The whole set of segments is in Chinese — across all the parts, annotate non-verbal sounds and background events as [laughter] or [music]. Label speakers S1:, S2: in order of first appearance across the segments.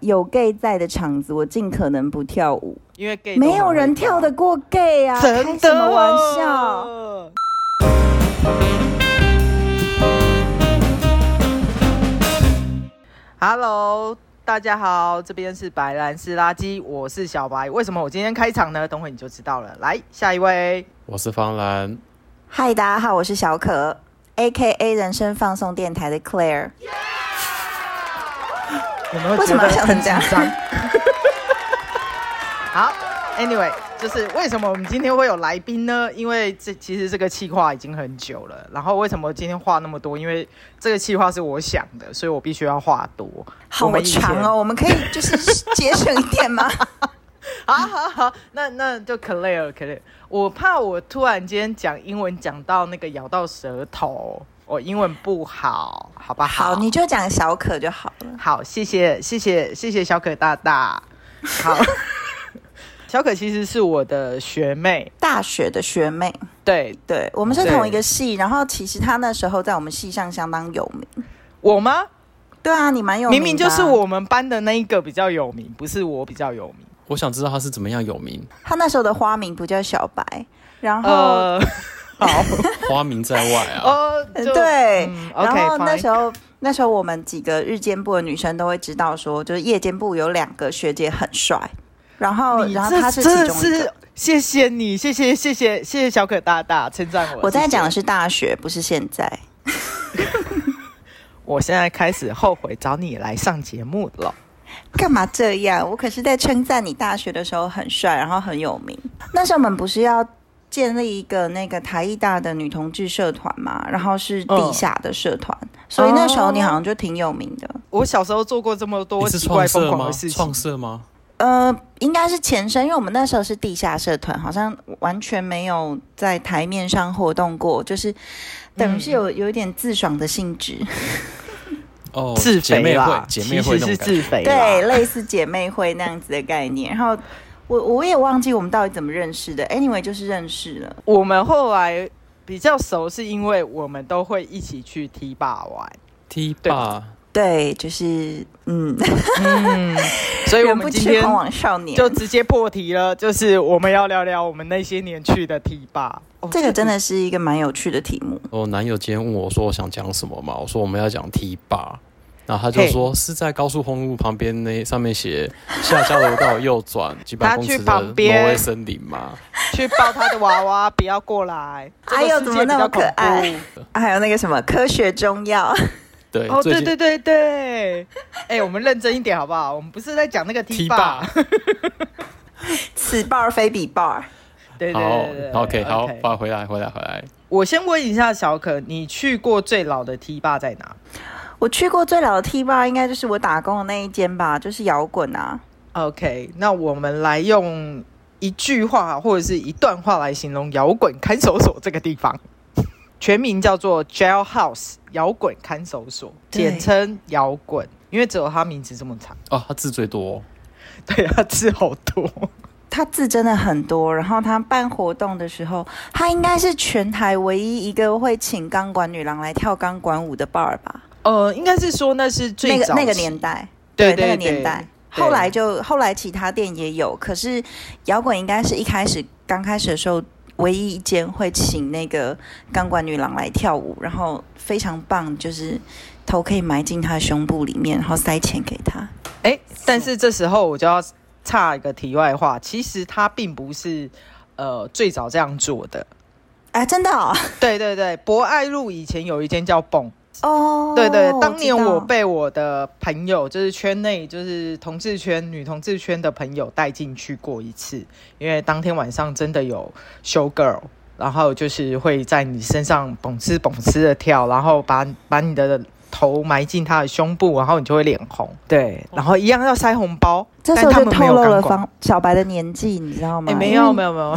S1: 有 gay 在的场子，我尽可能不跳舞，
S2: 因为 gay
S1: 没有人跳得过 gay 啊，
S2: 啊真的
S1: 开什么玩笑？
S2: Hello，大家好，这边是白兰是垃圾，我是小白。为什么我今天开场呢？等会你就知道了。来，下一位，
S3: 我是方兰，
S1: 嗨，大家好，我是小可，A K A 人生放送电台的 Claire。
S2: 有没有
S1: 为什么要
S2: 觉
S1: 笑
S2: 得
S1: 成
S2: [laughs]
S1: 这样
S2: 很紧张好，Anyway，就是为什么我们今天会有来宾呢？因为这其实这个企划已经很久了。然后为什么今天话那么多？因为这个企划是我想的，所以我必须要话多。我
S1: 好
S2: 们以前
S1: 长哦，我们可以就是节省一点
S2: [laughs]
S1: 吗？
S2: 好好好，那那就 Claire Claire，我怕我突然间讲英文讲到那个咬到舌头，我英文不好，好不好？
S1: 好，你就讲小可就好了。
S2: 好，谢谢谢谢谢谢小可大大，好，
S1: [laughs]
S2: 小可其实是我的学妹，
S1: 大学的学妹，
S2: 对
S1: 对我们是同一
S2: 对
S1: 个系，然后其实她那时候在我们系上相当有名。
S2: 我吗？
S1: 对啊，你蛮有名
S2: 明
S1: 的啊
S2: 明就是，我们班的那一个比较有名，不是我比较有名，
S3: 我想知道他是怎么样有名，
S1: 她那时候的花名不叫小白，然后、 [laughs]
S2: 呃， [laughs] 好，
S3: 花名在外
S2: [laughs]
S3: 啊。
S2: 呃，就
S1: 对，
S2: 嗯
S1: 然后那
S2: OK，fine
S1: 时候那时候我们几个日间部的女生都会知道说，就是夜间部有两个学姐很帅，然后
S2: 你
S1: 然后
S2: 这
S1: 他是
S2: 真
S1: 其
S2: 的
S1: 中一
S2: 是
S1: 个。
S2: 谢谢你，谢谢谢谢谢谢小可大大称赞我。
S1: 我
S2: 谢
S1: 在
S2: 谢
S1: 讲的，是大学，不是现在。
S2: 我现在开始后悔找你来上节目了。
S1: 干嘛这样？我可是在称赞你大学的时候很帅，然后很有名。那时候我们不是要建立一个那个台艺大的女同志社团嘛，然后是地下的社团，所以那时候你好像就挺有名的。
S2: 我小时候做过这么
S3: 你
S2: 多
S3: 是
S2: 奇怪
S3: 创
S2: 疯
S3: 社
S2: 狂
S3: 吗
S2: 的事？情
S3: 创，社吗？
S1: 呃，应该是前身，因为我们那时候是地下社团，好像完全没有在台面上活动过，就是等于是有有一点自爽的性质，
S3: 哦，
S2: 自
S3: 姐
S2: 肥
S3: 妹会
S2: 啦，，
S3: 姐妹会
S2: 其
S3: 那
S2: 实
S3: 种
S2: 是
S3: 感
S2: 自
S3: 觉。
S2: 肥啦，
S1: 对，啊类似姐妹会那样子的概念。然后我我也忘记我们到底怎么认识的，anyway 就是认识了。
S2: 我们后来比较熟，是因为我们都会一起去 T 吧玩，
S3: T
S2: 对
S3: 吧，
S1: 对，就是嗯，
S2: [laughs] 嗯，所以我
S1: 人
S2: 们
S1: 不
S2: 今
S1: 痴
S2: 天
S1: 狂妄少年，
S2: 就直接破题了，就是我们要聊聊我们那些年去的 T 吧。哦
S1: 这个真的是一个蛮有趣的题目。
S3: 我哦男友今天问我说我想讲什么嘛，我说我们要讲 T 吧，然后他就说是在高速公路旁边那上面写下交流道右转几百公尺
S2: 他去
S3: 的
S2: 旁
S3: 挪
S2: 边
S3: 威森林嘛。
S2: 去抱他的娃娃，不要过 [laughs] 来。
S1: 哎呦
S2: 这个世界比
S1: 怎么那
S2: 较恐怖
S1: 么可
S3: 哎
S1: 爱？啊还有那个什么科学中药，
S3: 对，
S2: 哦，
S3: 最
S2: 对
S3: 近
S2: 对对对，哎、我们认真一点好不好？我们不是在讲那个
S3: T
S2: T
S3: 吧
S2: 吧？
S1: 此报而非彼报。
S2: [laughs] 对对
S3: 好
S2: 对对对
S3: ，OK，好，
S2: OK
S3: 把回来回来回来，
S2: 我先问一下小可，你去过最老的 T 吧在哪？
S1: 我去过最老的 T 吧，应该就是我打工的那一间吧，就是摇滚啊。
S2: OK，那我们来用一句话或者是一段话来形容摇滚看守所这个地方， [laughs] 全名叫做 Jailhouse 摇滚看守所，
S1: 对
S2: 简称摇滚，因为只有它名字这么长， [laughs]
S3: 哦，他字最多哦，
S2: 对，它字好多。
S1: 他字真的很多，然后他办活动的时候，他应该是全台唯一一个会请钢管女郎来跳钢管舞的 bar 吧？
S2: 呃，应该是说那是最
S1: 那个
S2: 早
S1: 那个
S2: 期
S1: 年代，
S2: 对
S1: 那个
S2: 对
S1: 年代。
S2: 对
S1: 后来就后来其他店也有，可是摇滚应该是一开始刚开始的时候，唯一一间会请那个钢管女郎来跳舞，然后非常棒，就是头可以埋进她的胸部里面，然后塞钱给她。
S2: 哎、但是这时候我就要插一个题外话，其实他并不是呃最早这样做的。
S1: 哎，真的哦，
S2: 对对对，博爱路以前有一间叫蹦，
S1: 哦
S2: 对对，当年我
S1: 知道
S2: 被我的朋友，就是圈内就是同志圈、女同志圈的朋友带进去过一次，因为当天晚上真的有 show girl。然后就是会在你身上蹦哧蹦哧的跳，然后把把你的头埋进他的胸部，然后你就会脸红。对，然后一样要塞红包，
S1: 这时
S2: 但
S1: 候
S2: 他
S1: 就
S2: 们
S1: 透
S2: 没有
S1: 露
S2: 钢
S1: 了
S2: 管
S1: 方嗯小白的年纪，你知道吗？
S2: 哎、没
S1: 因
S2: 有
S1: 为
S2: 没有没有，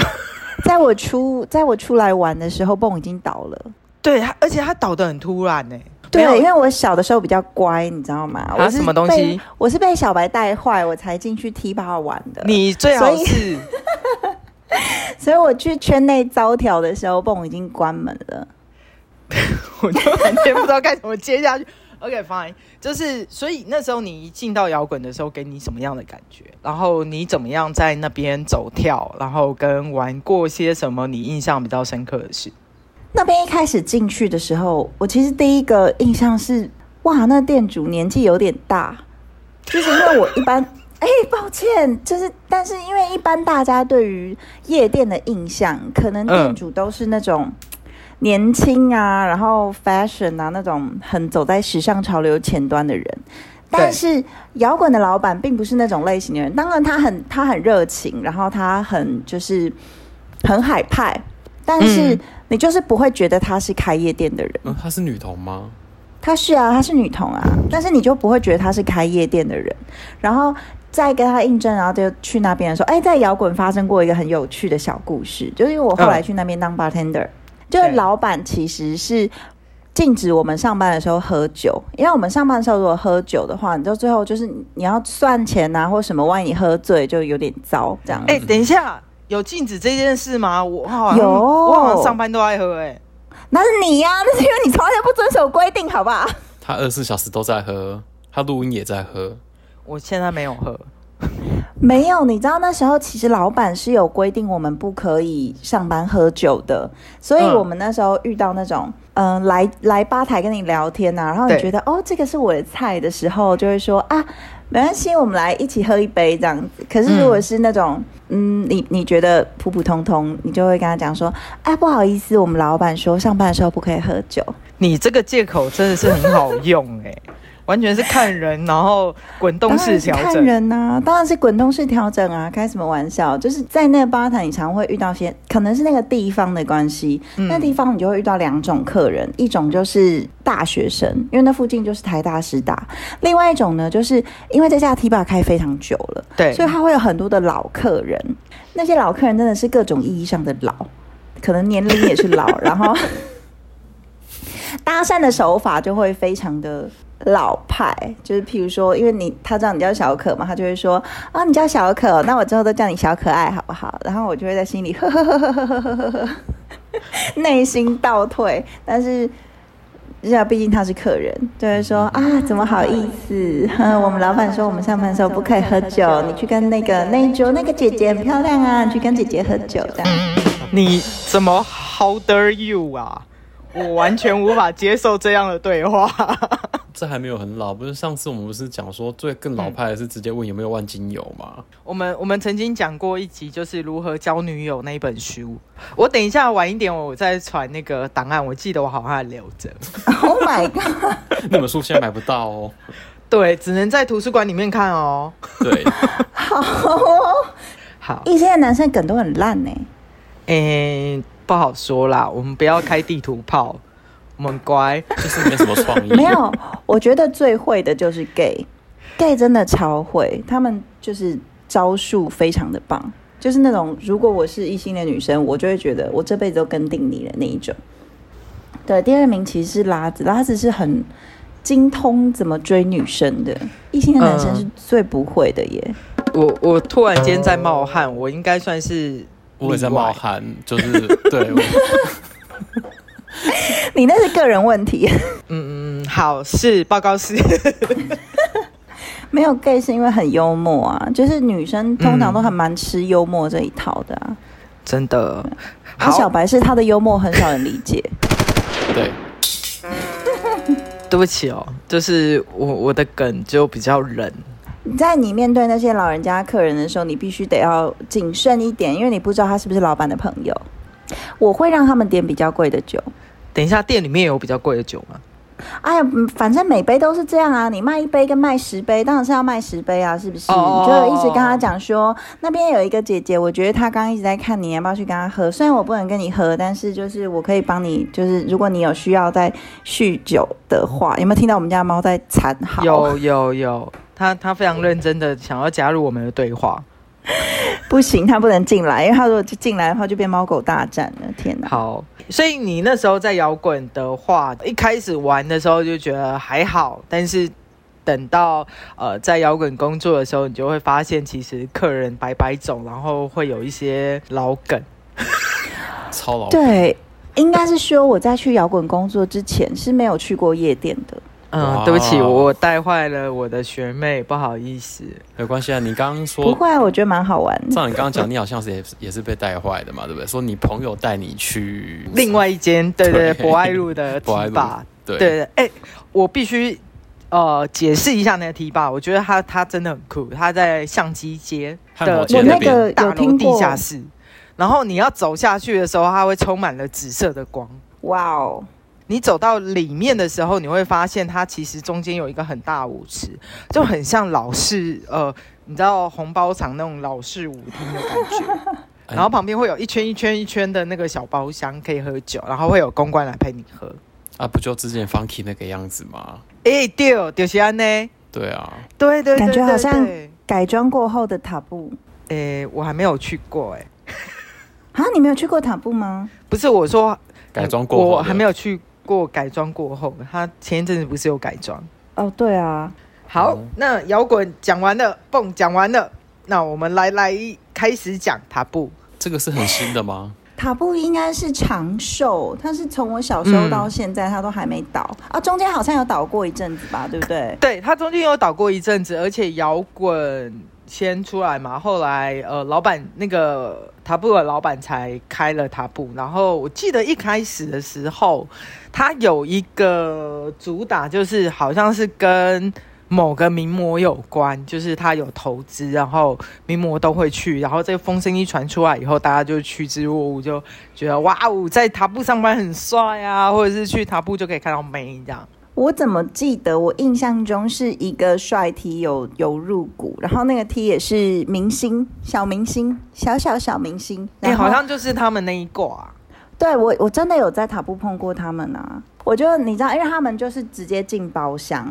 S1: 在我出在我出来玩的时候，蹦已经倒了。
S2: [laughs] 对他，而且他倒的很突然欸呢、
S1: 对
S2: 没有，
S1: 因为我小的时候比较乖，你知道吗？
S2: 啊
S1: 我是
S2: 什么东
S1: 被
S2: 西？
S1: 我是被小白带坏，我才进去 T 吧玩的。
S2: 你最好
S1: 所以
S2: 是
S1: 所以我去圈内招条的时候，蹦已经关门了。
S2: 我就完全不知道该怎么接下去。 OK fine，就是所以那时候你一进到摇滚的时候，给你什么样的感觉？然后你怎么样在那边走跳？然后跟玩过些什么你印象比较深刻的事？
S1: 那边一开始进去的时候，我其实第一个印象是，哇，那店主年纪有点大，就是因为我一般， [laughs] 哎、抱歉，就是，但是因为一般大家对于夜店的印象，可能店主都是那种年轻啊，然后 fashion 啊那种很走在时尚潮流前端的人。但是摇滚的老板并不是那种类型的人，当然他很他很热情，然后他很就是很海派，但是
S2: 嗯
S1: 你就是不会觉得他是开夜店的人。
S3: 嗯，她是女童吗？
S1: 她是啊，她是女童啊，但是你就不会觉得她是开夜店的人。然后再跟她印证，然后就去那边的时候，哎，在摇滚发生过一个很有趣的小故事，就是因为我后来去那边当 bartender，、就是
S2: 对
S1: 老板其实是。禁止我们上班的时候喝酒，因为我们上班的时候如果喝酒的话，你就最后就是你要算钱啊或什么，万一喝醉就有点糟这样。
S2: 哎、等一下，有禁止这件事吗？我好像
S1: 有
S2: 我好像上班都爱喝、哎，
S1: 那是你呀、那是因为你从来就不遵守规定，好不好？
S3: 她二十四小时都在喝，她录音也在喝。
S2: 我现在没有喝。
S1: 没有，你知道那时候其实老板是有规定我们不可以上班喝酒的，所以
S2: 嗯
S1: 我们那时候遇到那种嗯、呃来来吧台跟你聊天呐、啊，然后你
S2: 对
S1: 觉得哦这个是我的菜的时候，就会说啊没关系，我们来一起喝一杯这样子。可是如果是那种嗯你你觉得普普通通，你就会跟他讲说啊不好意思，我们老板说上班的时候不可以喝酒。
S2: 你这个借口真的是很好用哎、完全是看人，然后滚动式调
S1: 当然是看
S2: 整。
S1: 人呐、当然是滚动式调整啊，开什么玩笑？就是在那个吧台，你常会遇到些，可能是那个地方的关系，
S2: 嗯
S1: 那地方你就会遇到两种客人，一种就是大学生，因为那附近就是台大、师大；另外一种呢，就是因为这家 T 吧开非常久了，
S2: 对，
S1: 所以他会有很多的老客人，那些老客人真的是各种意义上的老，可能年龄也是老，然后搭讪的手法就会非常的老派，就是譬如说，因为你他知道你叫小可嘛，他就会说啊，你叫小可哦，那我之后都叫你小可爱好不好？然后我就会在心里呵呵呵呵呵呵呵呵，内心倒退，但是。这毕竟他是客人，就会说啊，怎么好意思？哼， [laughs] 我们老板说我们上班的时候不可以喝酒，你去跟那个那一桌那个姐姐很漂亮啊，你去跟姐姐喝酒这样。
S2: 你怎么 How dare you 啊？我完全无法接受这样的对话。
S3: 这还没有很老，不是上次我们不是讲说最更老派的是直接问有没有万金油吗？
S2: [laughs] 我们我们曾经讲过一集，就是如何交女友那一本书。我等一下晚一点，我再传那个档案。我记得我好像还留着。
S1: Oh my god！
S3: 那本书现在买不到哦。
S2: 对，只能在图书馆里面看哦。
S3: [laughs] 对，
S1: 好哦，
S2: 好，
S1: 以前的男生梗都很烂呢、
S2: 诶、不好说啦，我们不要开地图炮，我们乖。
S3: 就是没什么创 [laughs] 意。
S1: 没有，我觉得最会的就是 gay，gay 真的超会，他们就是招数非常的棒，就是那种如果我是异性恋女生，我就会觉得我这辈子都跟定你了那一种。对，第二名其实是拉子，拉子是很精通怎么追女生的，异性恋男生
S2: 嗯
S1: 是最不会的耶。
S2: 我我突然间在冒汗，我应该算是
S3: 我也在
S2: 例外
S3: 冒。汗，就是对，我
S1: 你那是个人问题， [laughs]
S2: 嗯嗯，好，是报告是。
S1: 没有 gay 是因为很幽默啊，就是女生通常都还蛮吃幽默这一套的啊。
S2: 真的。
S1: 那
S2: 好，
S1: 小白是他的幽默很少人理解。
S3: 对，
S2: 对不起哦，就是我我的梗就比较冷。
S1: 在你面对那些老人家客人的时候，你必须得要谨慎一点，因为你不知道他是不是老板的朋友。我会让他们点比较贵的酒。
S2: 等一下，店里面有比较贵的酒吗？
S1: 哎呀，嗯反正每杯都是这样啊，你卖一杯跟卖十杯，当然是要卖十杯啊，是不是？
S2: 哦
S1: 你就一直跟他讲说，那边有一个姐姐，我觉得她刚刚一直在看你，要不要去跟她喝？虽然我不能跟你喝，但是就是我可以帮你，就是如果你有需要再酗酒的话，有没有听到我们家的猫在惨嚎？
S2: 有有有，他他非常认真的想要加入我们的对话。
S1: 不行，它不能进来，因为它如果进来的话，就变猫狗大战了。天哪！
S2: 好，所以你那时候在摇滚的话，一开始玩的时候就觉得还好，但是等到呃在摇滚工作的时候，你就会发现其实客人百百种，然后会有一些老梗。
S3: 超老派。
S1: 对，应该是说我在去摇滚工作之前是没有去过夜店的，
S2: 嗯，
S3: 哇
S2: 对不起，我带坏了我的学妹，不好意思。
S3: 没关系啊。你刚刚
S1: 不
S3: 说，
S1: 会啊，我觉得蛮好玩的。
S3: 照你刚刚讲，你好像是也是也是被带坏的嘛，对不对？说你朋友带你去
S2: 另外一间，对对，
S3: [laughs] 对
S2: 博爱路的提
S3: 博爱路
S2: 拔，
S3: 对
S2: 对对，哎、我必须呃解释一下那个 T 吧，我觉得它它真的很酷，它在相机街
S3: 汉
S2: 的
S3: 堡街
S1: 我那个
S3: 那边
S1: 有
S2: 大楼
S1: 听
S2: 地
S1: 过，
S2: 下室，然后你要走下去的时候，它会充满了紫色的光。
S1: 哇哦，
S2: 你走到里面的时候，你会发现它其实中间有一个很大舞池，就很像老式呃，你知道红包场那种老式舞厅的感
S1: [laughs]
S2: 觉。
S3: 哎
S2: 然后旁边会有一圈一圈一圈的那个小包厢可以喝酒，然后会有公关来陪你喝。
S3: 啊，不就之前 Funky 那个样子吗？
S2: 哎、对，就是安呢，
S3: 对啊，
S2: 对对对，
S1: 感觉
S2: 对
S1: 好像
S2: 对
S1: 改装过后的塔布
S2: 哎、我还没有去过哎、
S1: 啊，你没有去过塔布吗？
S2: 不是我说
S3: 改装过后
S2: 我
S3: 的
S2: 还没有去过改装过后，他前一阵子不是有改装。
S1: 哦，对啊，
S2: 好，
S3: 嗯
S2: 那摇滚讲完了，蹦讲完了，那我们来来开始讲塔布。
S3: 这个是很新的吗？
S1: 塔布应该是长寿，它是从我小时候到现在，它都还没倒、啊，中间好像有倒过一阵子吧，对不对？
S2: 对，他中间有倒过一阵子，而且摇滚先出来嘛，后来呃，老板那个塔布的老板才开了塔布。然后我记得一开始的时候，他有一个主打就是好像是跟某个名模有关，就是他有投资，然后名模都会去，然后这个风声一传出来以后，大家就趋之若鹜，就觉得哇哦，在塔布上班很帅啊，或者是去塔布就可以看到妹这样。
S1: 我怎么记得？我印象中是一个帅 T 有有入股，然后那个 T 也是明星，小明星，小小小明星。
S2: 你、
S1: 然后
S2: 好像就是他们那一挂、啊。
S1: 对我我真的有在塔布碰过他们啊。我就你知道，因为他们就是直接进包厢，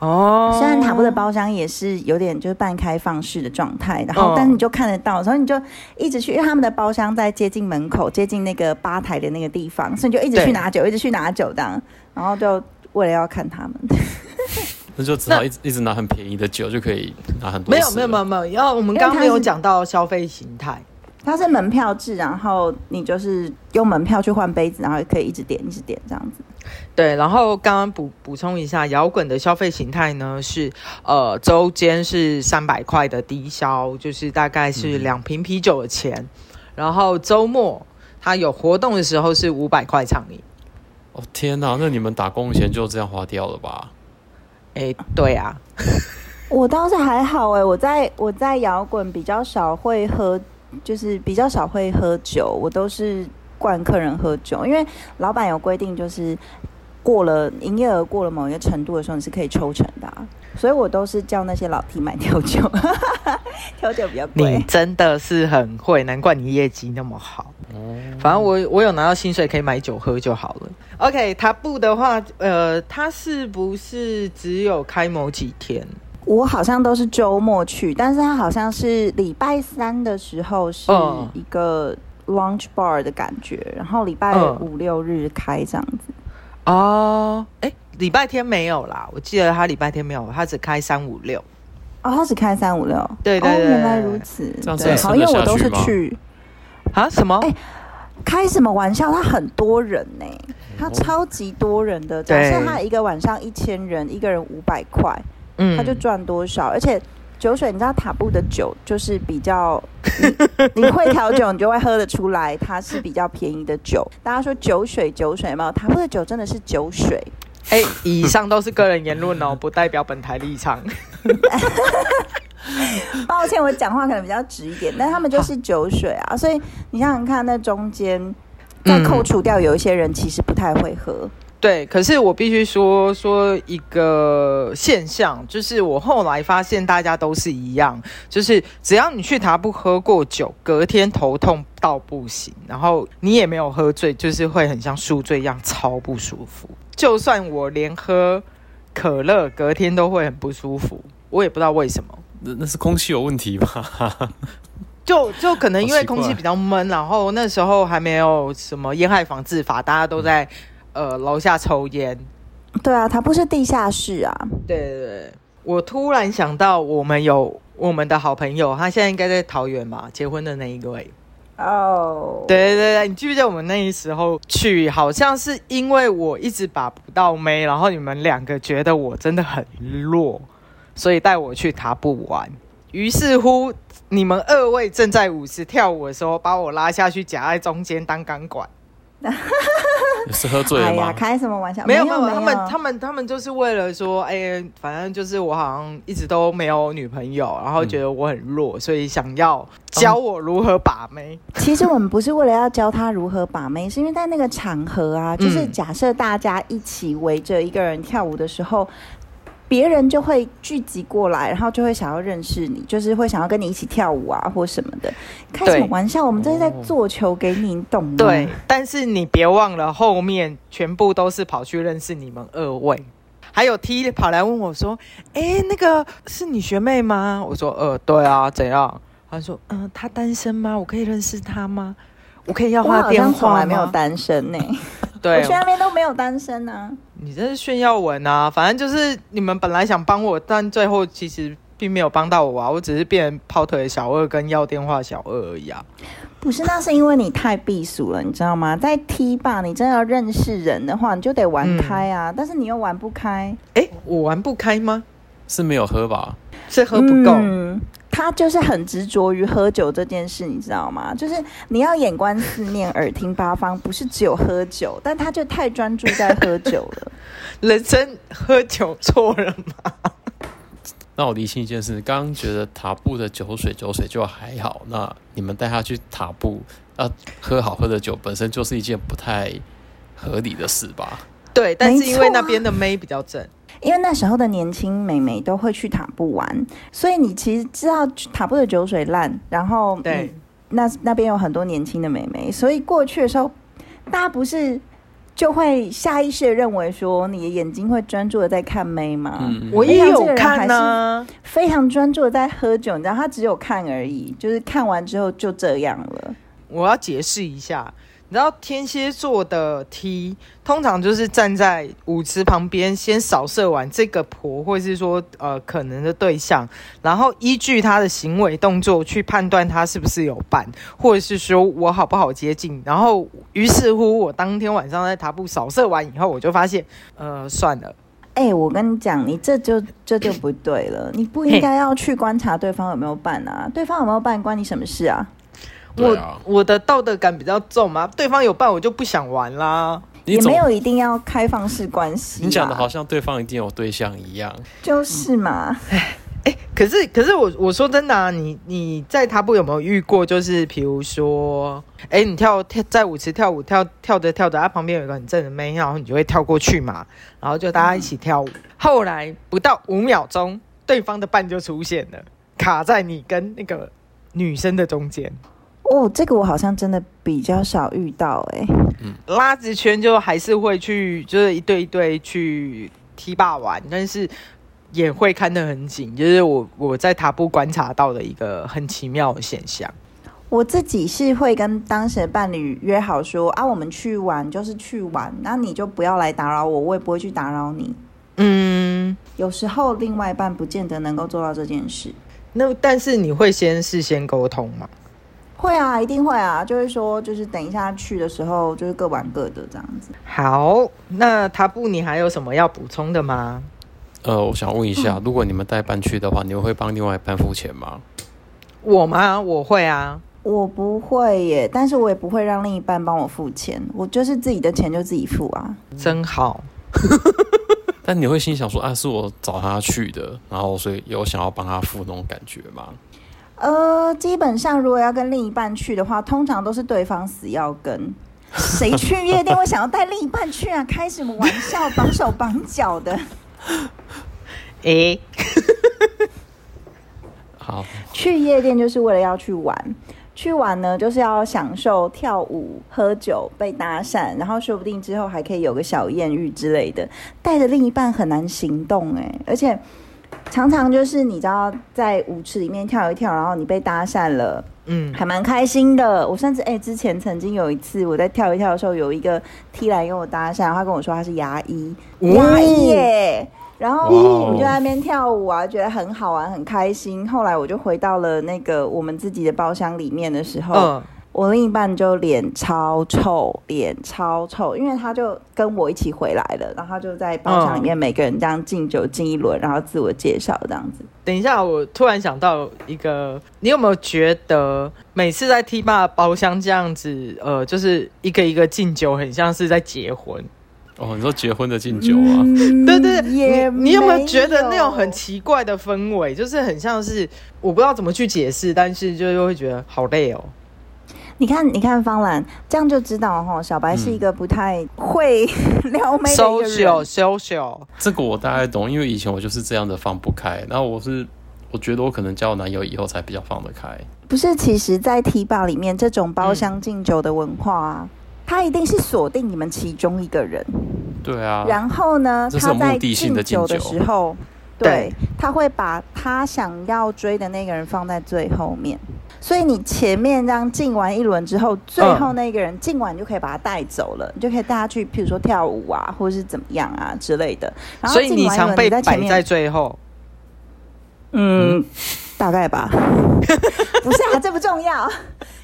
S2: 哦，
S1: 虽然塔布的包厢也是有点就是半开放式的状态，然后
S2: 嗯
S1: 但是你就看得到，所以你就一直去，因为他们的包厢在接近门口、接近那个吧台的那个地方，所以你就一直
S2: 对
S1: 去拿酒，一直去拿酒这样，然后就为了要看他们。 [laughs]
S3: 那就只好一直一直拿很便宜的酒就可以拿很多
S2: 没有
S3: 次
S2: 没有
S3: 了
S2: 没有没有，要我们刚刚没有讲到消费形态，
S1: 它是门票制，然后你就是用门票去换杯子，然后可以一直点一直点这样子。
S2: 对，然后刚刚补补充一下，摇滚的消费形态呢是呃周间是三百块的低消，就是大概是两瓶啤酒的钱，然后周末它有活动的时候是五百块畅饮。
S3: 哦天哪，那你们打工钱就这样花掉了吧？
S2: 哎，对啊，
S1: 我倒是还好哎、我在我在摇滚比较少会喝，就是比较少会喝酒，我都是灌客人喝酒，因为老板有规定，就是过了营业额过了某一个程度的时候，你是可以抽成的、啊，所以我都是叫那些老 T 买调酒， [laughs] 调酒比较
S2: 你
S1: 贵。
S2: 真的是很会，难怪你业绩那么好。反正我我有拿到薪水，可以买酒喝就好了。OK，塔布的话，呃，它是不是只有开某几天？
S1: 我好像都是周末去，但是他好像是礼拜三的时候是
S2: 嗯
S1: 一个 lunch bar 的感觉，然后礼拜
S2: 嗯
S1: 五六日开这样子。
S2: 哦，哎，礼拜天没有啦，我记得他礼拜天没有，他只开三五六。
S1: 哦，他只开三五六，
S2: 对对
S1: 哦，
S2: 对
S1: 原来如此，
S3: 这样子
S1: 对，
S3: 吃得
S1: 好，因为我
S3: 下
S1: 都
S3: 去
S1: 是
S3: 吗
S1: 去
S2: 啊？什么？
S1: 哎开什么玩笑，他很多人呢、他超级多人的，假设
S2: 嗯对
S1: 他一个晚上一千人，一个人五百块，
S2: 嗯
S1: 他就赚多少？而且酒水，你知道塔布的酒就是比较，你你会调酒，你就会喝得出来，它是比较便宜的酒。大家说酒水酒水嘛，塔布的酒真的是酒水，
S2: 哎，以上都是个人言论哦，不代表本台立场。
S1: 抱歉，我讲话可能比较直一点，但他们就是酒水啊，所以你想想看，那中间再扣除掉有一些人其实不太会喝，
S2: 对，可是我必须说说一个现象，就是我后来发现大家都是一样，就是只要你去塔布喝过酒，隔天头痛到不行，然后你也没有喝醉，就是会很像宿醉一样超不舒服。就算我连喝可乐，隔天都会很不舒服，我也不知道为什么。
S3: 那那是空气有问题吧？ [laughs]
S2: 就就可能因
S3: 好
S2: 为
S3: 奇
S2: 空气
S3: 怪
S2: 比较闷，然后那时候还没有什么烟害防治法，大家都在呃楼下抽烟，
S1: 对啊，它不是地下室啊，
S2: 对对对，我突然想到，我们有我们的好朋友，他现在应该在桃园嘛，结婚的那一位，
S1: 哦、
S2: 对对对，你记不记得我们那时候去，好像是因为我一直把不到妹，然后你们两个觉得我真的很弱，所以带我去塔布玩。于是乎，你们二位正在舞池跳舞的时候，把我拉下去夹在中间当钢管。
S3: 是喝醉
S1: 哎
S3: 了
S1: 呀，
S3: 吗？
S1: 开什么玩笑？
S2: 没
S1: 有
S2: 没
S1: 有，
S2: 有，他们
S1: 有
S2: 他们他们就是为了说，哎、反正就是我好像一直都没有女朋友，然后觉得我很弱，所以想要教我如何把妹。
S1: 其实我们不是为了要教他如何把妹，是因为在那个场合啊，就是
S2: 嗯
S1: 假设大家一起围着一个人跳舞的时候，别人就会聚集过来，然后就会想要认识你，就是会想要跟你一起跳舞啊或什么的。开什么
S2: 对
S1: 玩笑？我们这是在做球给你，你懂吗？
S2: 对，但是你别忘了，后面全部都是跑去认识你们二位，还有 T 跑来问我说：“哎、那个是你学妹吗？”我说：“呃，对啊，怎样？”他说：“嗯、她单身吗？我可以认识她吗？我可以要
S1: 我
S2: 她的
S1: 好
S2: 电
S1: 像从
S2: 话
S1: 来没有
S2: 吗？”
S1: 单身呢、 [laughs] 我
S2: [laughs] 对，
S1: 去那边都没有单身啊。
S2: 你这是炫耀文啊！反正就是你们本来想帮我，但最后其实并没有帮到我啊，我只是变成跑腿的小二跟要电话小二而已啊。
S1: 不是，那是因为你太避暑了，你知道吗？在 T 吧，你真的要认识人的话，你就得
S2: 嗯
S1: 玩开啊，但是你又玩不开，
S2: 哎，我玩不开吗？
S3: 是没有喝吧？
S2: 是喝不够？
S1: 嗯他就是很执着于喝酒这件事，你知道吗？就是你要眼观四面，耳听八方，不是只有喝酒，但他就太专注在喝酒了。
S2: 人生喝酒错了吗？
S3: 那我理清一件事，刚刚觉得塔布的酒水酒水就还好，那你们带他去塔布，那、喝好喝的酒本身就是一件不太合理的事吧？
S2: 对，但是因为
S1: 没错啊
S2: 那边的妹比较正，
S1: 因为那时候的年轻美眉都会去塔布玩，所以你其实知道塔布的酒水烂，然后
S2: [laughs] 对
S1: 你那那边有很多年轻的美眉，所以过去的时候，大家不是就会下意识的认为说你的眼睛会专注的在看妹吗？
S3: 嗯，
S2: 我也有看啊呢、
S1: 非常专注的在喝酒，你知道他只有看而已，就是看完之后就这样了。
S2: 我要解释一下，你知道天蝎座的 T 通常就是站在舞池旁边，先扫射完这个婆，或是说呃可能的对象，然后依据他的行为动作去判断他是不是有伴，或者是说我好不好接近。然后于是乎，我当天晚上在塔布扫射完以后，我就发现，呃，算了，
S1: 哎、我跟你讲，你这就这就不对了，你不应该要去观察对方有没有伴啊，对方有没有伴关你什么事啊？
S3: 对啊
S2: 我我的道德感比较重嘛，对方有伴我就不想玩啦。
S3: 你
S1: 也
S3: 总
S1: 没有一啊定要开放式关系啦。
S3: 你讲的好像对方一定有对象一样，
S1: 就是嘛，
S2: 哎，可是可是我我说真的啊，你你在塔布有没有遇过？就是比如说，哎，你跳跳在舞池跳舞跳跳着跳着，啊旁边有一个很正的妹，然后你就会跳过去嘛，然后就大家一起跳舞。后来不到五秒钟，对方的伴就出现了，卡在你跟那个女生的中间，
S1: 哦，这个我好像真的比较少遇到哎、
S2: 拉直圈就还是会去，就是一对一对去踢霸玩，但是。也会看得很紧，就是我我在塔布观察到的一个很奇妙的现象。
S1: 我自己是会跟当时的伴侣约好说啊，我们去玩就是去玩，那你就不要来打扰我，我也不会去打扰你。
S2: 嗯，
S1: 有时候另外一半不见得能够做到这件事。
S2: 那但是你会先事先沟通吗？
S1: 会啊，一定会啊，就会说，就是等一下去的时候，就是各玩各的这样子。
S2: 好，那塔布，你还有什么要补充的吗？
S3: 呃，我想问一
S1: [laughs]
S3: 下，如果你们带班去的话，你们会帮另外一半付钱吗？
S2: 我吗？我会啊。
S1: 我不会耶，但是我也不会让另一半帮我付钱，我就是自己的钱就自己付啊。
S2: 真好，
S3: 但你会心想说，啊，是我找他去的，然后所以有想要帮他付那种感觉吗？
S1: 呃，基本上如果要跟另一半去的话，通常都是对方死要跟。谁去夜店会想要带另一半去啊？开什么玩笑，绑手绑脚的，
S2: 诶、
S3: 好，
S1: 去夜店就是为了要去玩。去玩呢，就是要享受跳舞、喝酒、被搭讪，然后说不定之后还可以有个小艳遇之类的。带着另一半很难行动哎、而且常常就是你知道，在舞池里面跳一跳，然后你被搭讪了，
S2: 嗯，
S1: 还蛮开心的。我甚至哎、之前曾经有一次我在跳一跳的时候，有一个 T 来跟我搭讪，他跟我说他是牙医，牙医耶、然后
S3: 哇哦
S1: 我们就在那边跳舞啊，觉得很好玩，很开心。后来我就回到了那个我们自己的包厢里面的时候，
S2: 嗯，
S1: 我另一半就脸超臭，脸超臭，因为他就跟我一起回来了，然后就在包厢里面每个人这样敬酒敬一轮，然后自我介绍这样子。
S2: 等一下，我突然想到一个，你有没有觉得每次在 T 吧包厢这样子，呃，就是一个一个敬酒，很像是在结婚？
S3: 哦，你说结婚的敬酒啊？
S1: 嗯
S2: 对对，
S1: 也
S2: 对你你有没有觉得那
S1: 没有
S2: 种很奇怪的氛围，就是很像是我不知道怎么去解释，但是就又会觉得好累哦。
S1: 你看，你看方兰这样就知道哈，小白是一个不太会撩妹的一个人。
S2: 嗯 social social，
S3: 这个我大概懂，因为以前我就是这样的放不开。然后我是，我觉得我可能交男友以后才比较放得开。
S1: 不是，其实，在 T 吧里面这种包
S3: 嗯
S1: 厢敬酒的文化啊，它一定是锁定你们其中一个人，
S3: 对啊，
S1: 然后呢，
S3: 这是
S1: 他
S3: 有
S1: 在
S3: 目的性的敬
S1: 酒的
S3: 酒
S1: 时候，
S2: 对
S1: 对，他会把他想要追的那个人放在最后面。所以你前面这样敬完一轮之后，最后那个人敬完你就可以把他带走了，你就可以带他去，譬如说跳舞啊，或者是怎么样啊之类的。然后
S2: 所以
S1: 敬
S2: 你
S1: 完一轮
S2: 常被
S1: 你在前
S2: 摆
S1: 面
S2: 在最后。
S1: 嗯，大概吧。不是啊，这不重要，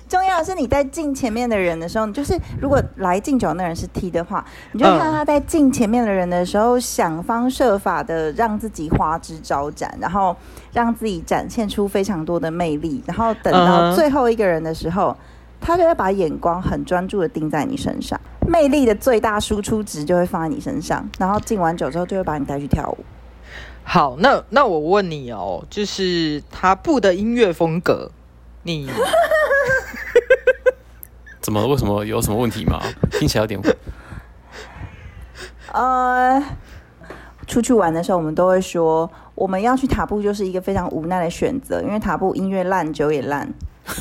S1: 重要的是你在敬前面的人的时候，你就是如果来敬酒那人是 T 的话，你就看到他在敬前面的人的时候，想方设法的让自己花枝招展，然后让自己展现出非常多的魅力，然后等
S2: 嗯
S1: 到
S2: 哼
S1: 最后一个人的时候，他就会把眼光很专注的定在你身上，魅力的最大输出值就会放在你身上，然后敬完酒之后就会把你带去跳舞。
S2: 好，那那我问你哦，就是他布的音乐风格，你 [laughs]
S3: 怎么为什么有什么问题吗？听起来有
S2: [laughs]
S3: 点
S1: 呃，出去玩的时候，我们都会说我们要去塔布就是一个非常无奈的选择，因为塔布音乐烂，酒也烂，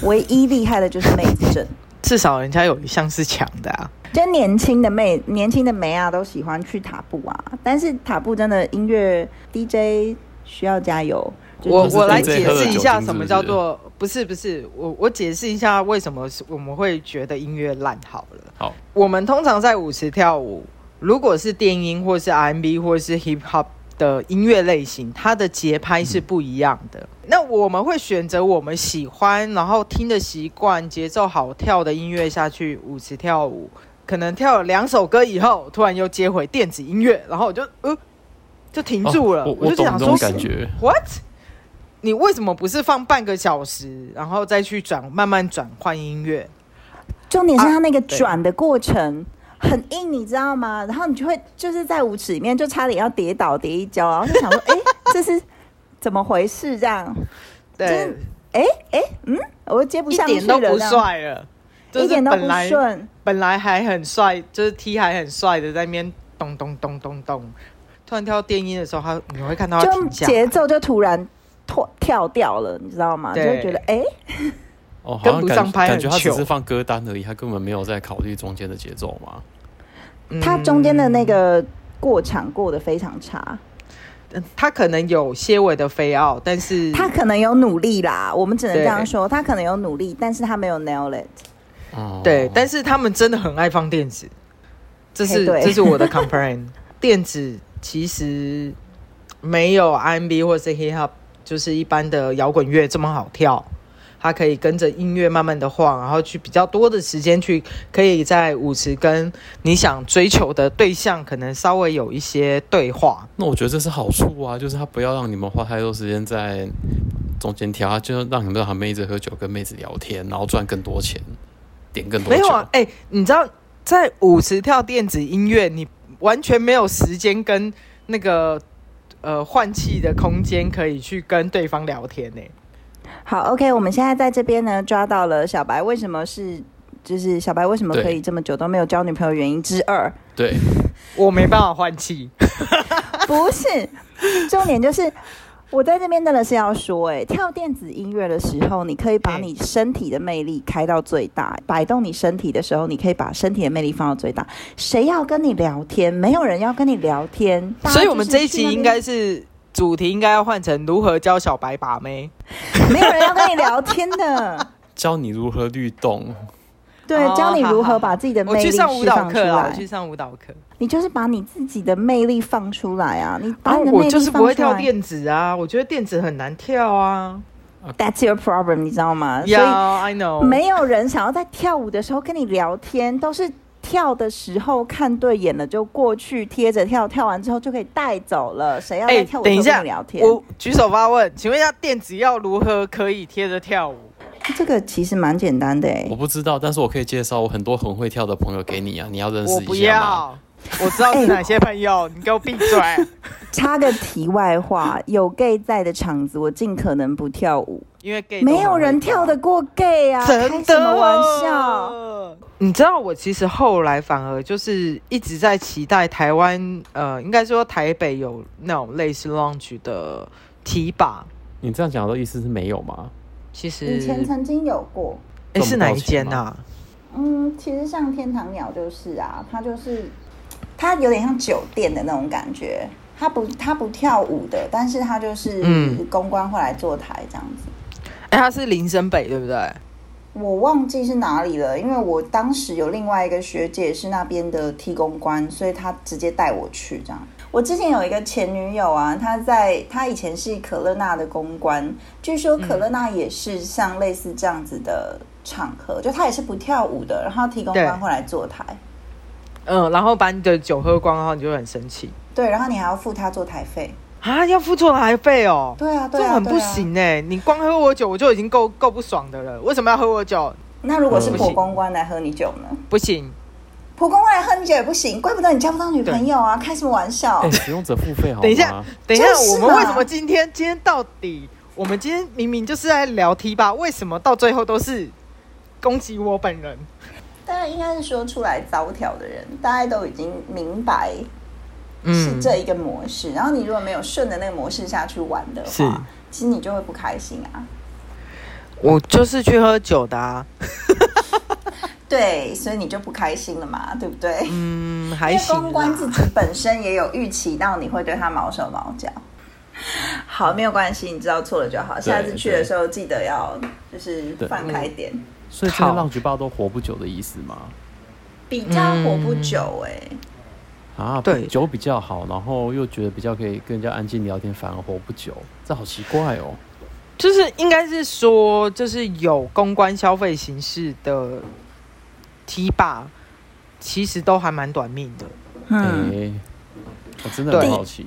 S1: 唯一厉害的就是妹子阵。 [laughs]
S2: 至少人家有一项是强的啊。
S1: 就年轻的妹，年轻的妹啊，都喜欢去塔布啊，但是塔布真的音乐 DJ 需要加油。就
S2: 我
S1: 是
S2: 我来
S3: 自己
S2: 解
S3: 喝的
S2: 释一
S3: 酒
S2: 下
S3: 精
S2: 什么
S3: 是不
S2: 叫
S3: 是
S2: 做不是不是我我解释一下为什么是我们会觉得音乐烂好了。
S3: 好，
S2: 我们通常在舞池跳舞，如果是电音或是 R&B 或是 Hip Hop 的音乐类型，它的节拍
S3: 嗯
S2: 是不一样的。那我们会选择我们喜欢，然后听的习惯、节奏好跳的音乐下去舞池跳舞。可能跳了两首歌以后，突然又接回电子音乐，然后我就呃就停住了。
S3: 哦我
S2: 就
S3: 懂
S2: 想
S3: 这
S2: 说
S3: 种，感觉。
S2: What？你为什么不是放半个小时，然后再去转慢慢转换音乐？
S1: 重点是
S2: 啊
S1: 它那个
S2: 对
S1: 转的过程。很硬，你知道吗？然后你就会就是在舞池里面就差点要跌倒跌一跤，然后就想说，哎、这是怎么回事？这样，
S2: 对
S1: 真，哎哎，嗯，我接不
S2: 一
S1: 上去了，
S2: 点都不
S1: 这样，
S2: 帅了，就
S1: 啊一
S2: 是
S1: 点都
S2: 本
S1: 不
S2: 来
S1: 顺。
S2: 本来还很帅，就是 T 还很帅的，在那边咚咚咚咚咚，突然跳到电音的时候，他你会看到
S1: 就
S2: 他停下来，
S1: 节奏就突然脱跳掉了，你知道吗？就
S2: 对
S1: 会觉得哎、诶
S3: 哦，好
S2: 跟
S3: 像
S2: 不
S3: 感
S2: 上拍很
S3: 感觉他只
S2: 糗
S3: 是放歌单而已，他根本没有在考虑中间的节奏嘛。
S2: 嗯
S1: 它中间的那个过场过得非常差。
S2: 嗯他可能有些微的飞傲，但是
S1: 他可能有努力啦，我们只能
S2: 嗯对
S1: 这样说，他可能有努力，但是他没有 nail it。
S3: 哦，
S2: 对，但是他们真的很爱放电子，这是
S1: 嘿对
S2: 这是我
S1: [laughs]
S2: 的 complain。电子其实没有 R&B 或是 hip hop，就是一般的摇滚乐这么好跳。它可以跟着音乐慢慢的晃，然后去比较多的时间去，可以在舞池跟你想追求的对象可能稍微有一些对话。
S3: 那我觉得这是好处啊，就是他不要让你们花太多时间在中间挑，他就让你们让他妹子喝酒，跟妹子聊天，然后赚更多钱，点更多
S2: 没
S3: 酒。
S2: 有啊，哎、你知道在舞池跳电子音乐，你完全没有时间跟那个呃换气的空间可以去跟对方聊天欸呢、
S1: 好，OK，我们现在在这边呢抓到了小白为什么是。就是小白为什么
S3: 对
S1: 可以这么久都没有交女朋友原因之二，
S3: 对，
S2: 我没办法换气，
S1: 不是，重点就是我在这边真的是要说、哎，跳电子音乐的时候，你可以把
S2: 嗯
S1: 你身体的魅力开到最大，摆动你身体的时候，你可以把身体的魅力放到最大。谁要跟你聊天？没有人要跟你聊天，大家
S2: 所以我们
S1: 就是
S2: 这一
S1: 去
S2: 集
S1: 那
S2: 应
S1: 边
S2: 该是主题应该要换成如何教小白把妹。
S1: 没有人要跟你聊天的。
S3: 教你如何律动，
S1: 对
S2: 哦，
S1: 教你
S2: 好
S1: 如
S2: 好
S1: 何把自己的
S2: 我
S1: 魅
S2: 去
S1: 力释
S2: 上舞蹈
S1: 放出
S2: 课啊，我
S1: 来
S2: 去，上舞蹈课。
S1: 你就是把你自己的魅力放出来啊！你把
S2: 啊
S1: 你的
S2: 我
S1: 魅力
S2: 就是
S1: 放
S2: 不会
S1: 出
S2: 跳
S1: 来
S2: 电子啊，我觉得电子很难跳啊。
S1: That's your problem，你知道吗？所以
S2: Yeah, I know。
S1: 没有人想要在跳舞的时候跟你聊天，都是跳的时候看对眼了就过去贴着跳，跳完之后就可以带走了。谁要在跳舞的
S2: 哎等
S1: 时
S2: 一
S1: 候跟
S2: 下
S1: 你聊，天？
S2: 我举手发问，请问一下，电子要如何可以贴着跳舞？
S1: 这个其实蛮简单的哎、
S3: 我不知道，但是我可以介绍我很多很会跳的朋友给你啊，你要认识
S2: 我
S3: 一
S2: 不
S3: 下吗？
S2: 要，我知道是哪些朋 [laughs] 友，你给我闭嘴。
S1: 插个题外话，有 gay 在的场子，我尽可能不跳舞，
S2: 因为 gay 都
S1: 没有
S2: 很
S1: 人
S2: 会
S1: 跳得过 gay 啊！
S2: 真
S1: 开什
S2: 的哦
S1: 么玩笑？？
S2: 你知道我其实后来反而就是一直在期待台湾，呃，应该说台北有那种类似 lounge 的提把，
S3: 你这样讲的意思是没有吗？
S2: 其实
S1: 以前曾经有过，
S2: 诶是哪一间啊
S3: 赚不
S2: 呐、
S3: 到钱
S1: 嗯，其实像天堂鸟就是啊，它就是它有点像酒店的那种感觉，它不它不跳舞的，但是它就是
S2: 嗯
S1: 公关会来坐台这样子。
S2: 哎、它是林森北对不对？
S1: 我忘记是哪里了，因为我当时有另外一个学姐是那边的替公关，所以她直接带我去这样。我之前有一个前女友啊，她在她以前是可乐娜的公关，据说
S2: 嗯
S1: 可乐娜也是像类似这样子的场合，就她也是不跳舞的，然后替公
S2: 对
S1: 关会来坐台。
S2: 嗯，然后把你的酒喝光，然后你就会很生气
S1: 对，然后你还要付他做台费。
S2: 啊，要付出台费哦。
S1: 对啊，
S2: 这
S1: 对啊，
S2: 种很
S1: 对
S2: 不
S1: 啊。
S2: 行哎、你光喝我酒，我就已经够够不爽的了。为什么要喝我酒？
S1: 那如果是
S3: 嗯
S1: 婆公关来喝你酒呢？
S2: 不行，
S1: 婆公关来喝你酒也不行，怪不得你交不到女朋友啊！开什么玩笑 [laughs]
S3: 哎、？使用者付费好吗？
S2: 哦 [laughs] 等一下，等一下，
S1: 就是
S2: 我
S1: 嘛
S2: 们为什么今天今天到底？我们今天明明就是在聊 T 吧，为什么到最后都是攻击我本人？
S1: 当然应该是说出来糟条的人，大家都已经明白
S2: 嗯
S1: 是这一个模式。然后你如果没有顺着那个模式下去玩的
S2: 是
S1: 话，其实你就会不开心啊。
S2: 我就是去喝酒的啊。
S1: 对，所以你就不开心了嘛，对不对？
S2: 嗯，
S1: 因
S2: 还
S1: 为
S2: 行啦。
S1: 公关自己本身也有预期到你会对他毛手毛脚。好，没有关系，你知道错了就好。下次去的时候记得要就是
S3: 对
S1: 放开一点，
S3: 所以这个
S2: 好
S3: 浪菊吧都活不久的意思吗？
S1: 比较活不久哎、
S3: 啊，
S2: 对
S3: 酒比较好，然后又觉得比较可以跟人家安静聊天，反而活不久，这好奇怪哦。
S2: 就是应该是说，就是有公关消费形式的 T 吧，其实都还蛮短命的。
S3: 哎、
S1: 嗯，
S3: 我真的很
S2: 对
S3: 好奇。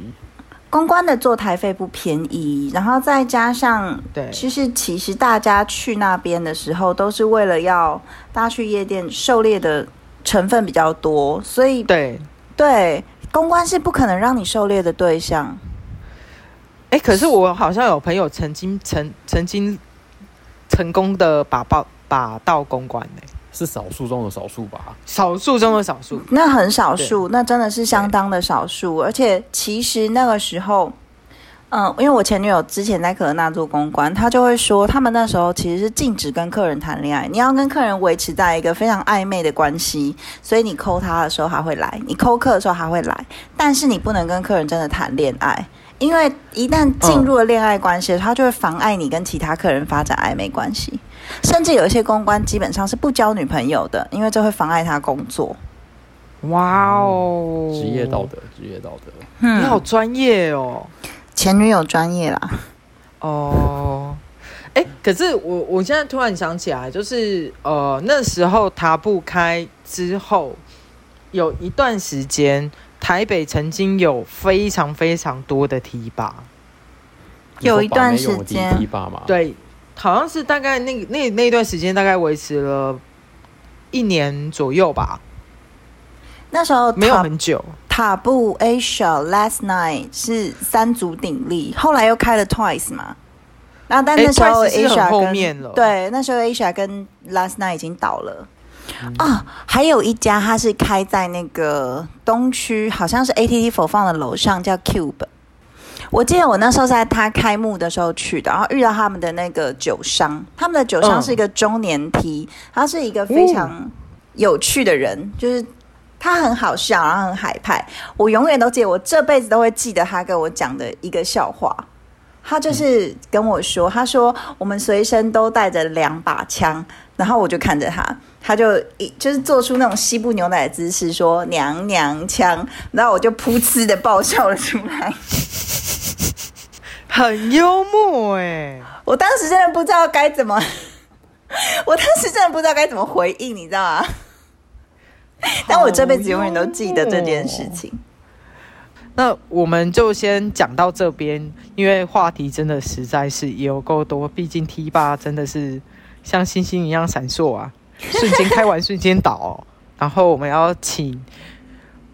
S1: 公关的坐台费不便宜，然后再加上
S2: 对，
S1: 就是其实大家去那边的时候，都是为了要大家去夜店狩猎的成分比较多，所以
S2: 对，
S1: 对公关是不可能让你狩猎的对象。
S2: 哎、可是我好像有朋友曾经曾曾经成功的把报把到公关呢、
S3: 是少数中的少数吧？
S2: 少数中的少数。
S1: 那很少数，那真的是相当的少数。而且其实那个时候，嗯、因为我前女友之前在可乐纳做公关，她就会说，他们那时候其实是禁止跟客人谈恋爱，你要跟客人维持在一个非常暧昧的关系，所以你抠他的时候还会来，你抠客的时候还会来，但是你不能跟客人真的谈恋爱。因为一旦进入了恋爱关系，他就会妨碍你跟其他客人发展暧昧关系，甚至有一些公关基本上是不交女朋友的，因为这会妨碍他工作。
S2: 哇哦，
S3: 嗯职业道，德，职业道德。
S1: 嗯
S2: 你好专业哦。
S1: 前女友专业啦，
S2: 哦，哎、可是我我现在突然想起来，就是呃那时候塔布开之后，有一段时间，台北曾经有非常非常多的提拔，
S3: 你说
S1: 有一
S3: 把
S1: 段
S3: 妹用
S1: 时
S3: 我弟
S1: 间
S3: 弟爸嘛，，
S2: 对，好像是大概那那那段时间大概维持了一年左右吧，
S1: 那时候
S2: 没有
S1: 塔
S2: 很久。
S1: 塔布 Asia Last Night 是三足鼎立，后来又开了 Twice 嘛。那但
S2: 哎
S1: 那时候
S2: Twice 是很
S1: Asia
S2: 后
S1: 跟
S2: 面了
S1: 对，那时候 Asia 跟 Last Night 已经倒了。
S2: 嗯
S1: 啊，还有一家，它是开在那个东区，好像是 ATT 佛放的楼上，叫 Cube。我记得我那时候是在他开幕的时候去的，然后遇到他们的那个酒商，他们的酒商
S2: 嗯
S1: 是一个中年 T，、他是一个非常有趣的人，就是他很好笑，然后很海派。我永远都记得，我这辈子都会记得他跟我讲的一个笑话。他就是跟我说，他说我们随身都带着两把枪，然后我就看着他，他就一就是做出那种西部牛奶的姿势，说娘娘腔，然后我就噗嗤的爆笑了出来。
S2: 很幽默哎、
S1: 我当时真的不知道该怎么， [laughs] 我当时真的不知道该怎么回应，你知道吗？ [laughs] 但我这辈子永远都记得这件事情。
S2: 那我们就先讲到这边，因为话题真的实在是有够多，毕竟 T 八真的是像星星一样闪烁啊，瞬间开完，瞬间倒哦、然后我们要请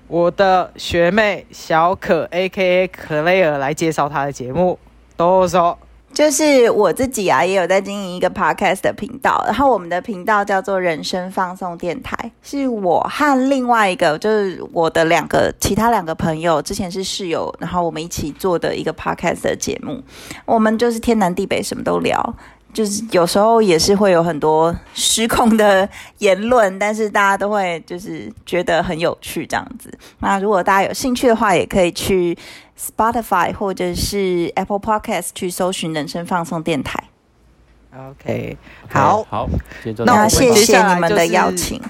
S2: 我的学妹小可 （A.K.A. 克雷尔）来介绍她的节目。都说
S1: 就是我自己啊，也有在经营一个 podcast 的频道，然后我们的频道叫做“人生放送电台”，是我和另外一个就是我的两个其他两个朋友，之前是室友，然后我们一起做的一个 podcast 的节目，我们就是天南地北什么都聊。就是有时候也是会有很多失控的言论，但是大家都会就是觉得很有趣这样子。那如果大家有兴趣的话，也可以去 Spotify 或者是 Apple Podcast 去搜寻“人生放送电台
S2: OK，好
S3: OK，好，今天就”。
S2: 那
S3: 到
S1: 那
S2: 我们
S3: 这
S1: 谢
S3: 里吧
S2: 接
S1: 谢
S2: 下来
S1: 你们
S2: 就
S1: 的
S2: 是
S1: 邀请。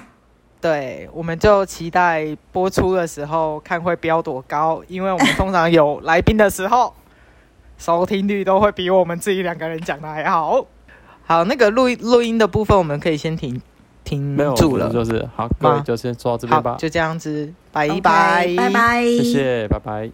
S2: 对，我们就期待播出的时候看会飙多高，因为我们通常有来宾的时候， [laughs] 收听率都会比我们自己两个人讲的还好。好，那个录音录音的部分，我们可以先停停
S3: 没有
S2: 住
S3: 我们
S2: 了。
S3: 就是好，各位
S2: 吗
S3: 就先说到这边
S2: 好
S3: 吧，
S2: 就这样子，拜
S1: OK，
S2: 拜
S1: 拜拜，
S3: 谢谢，拜拜。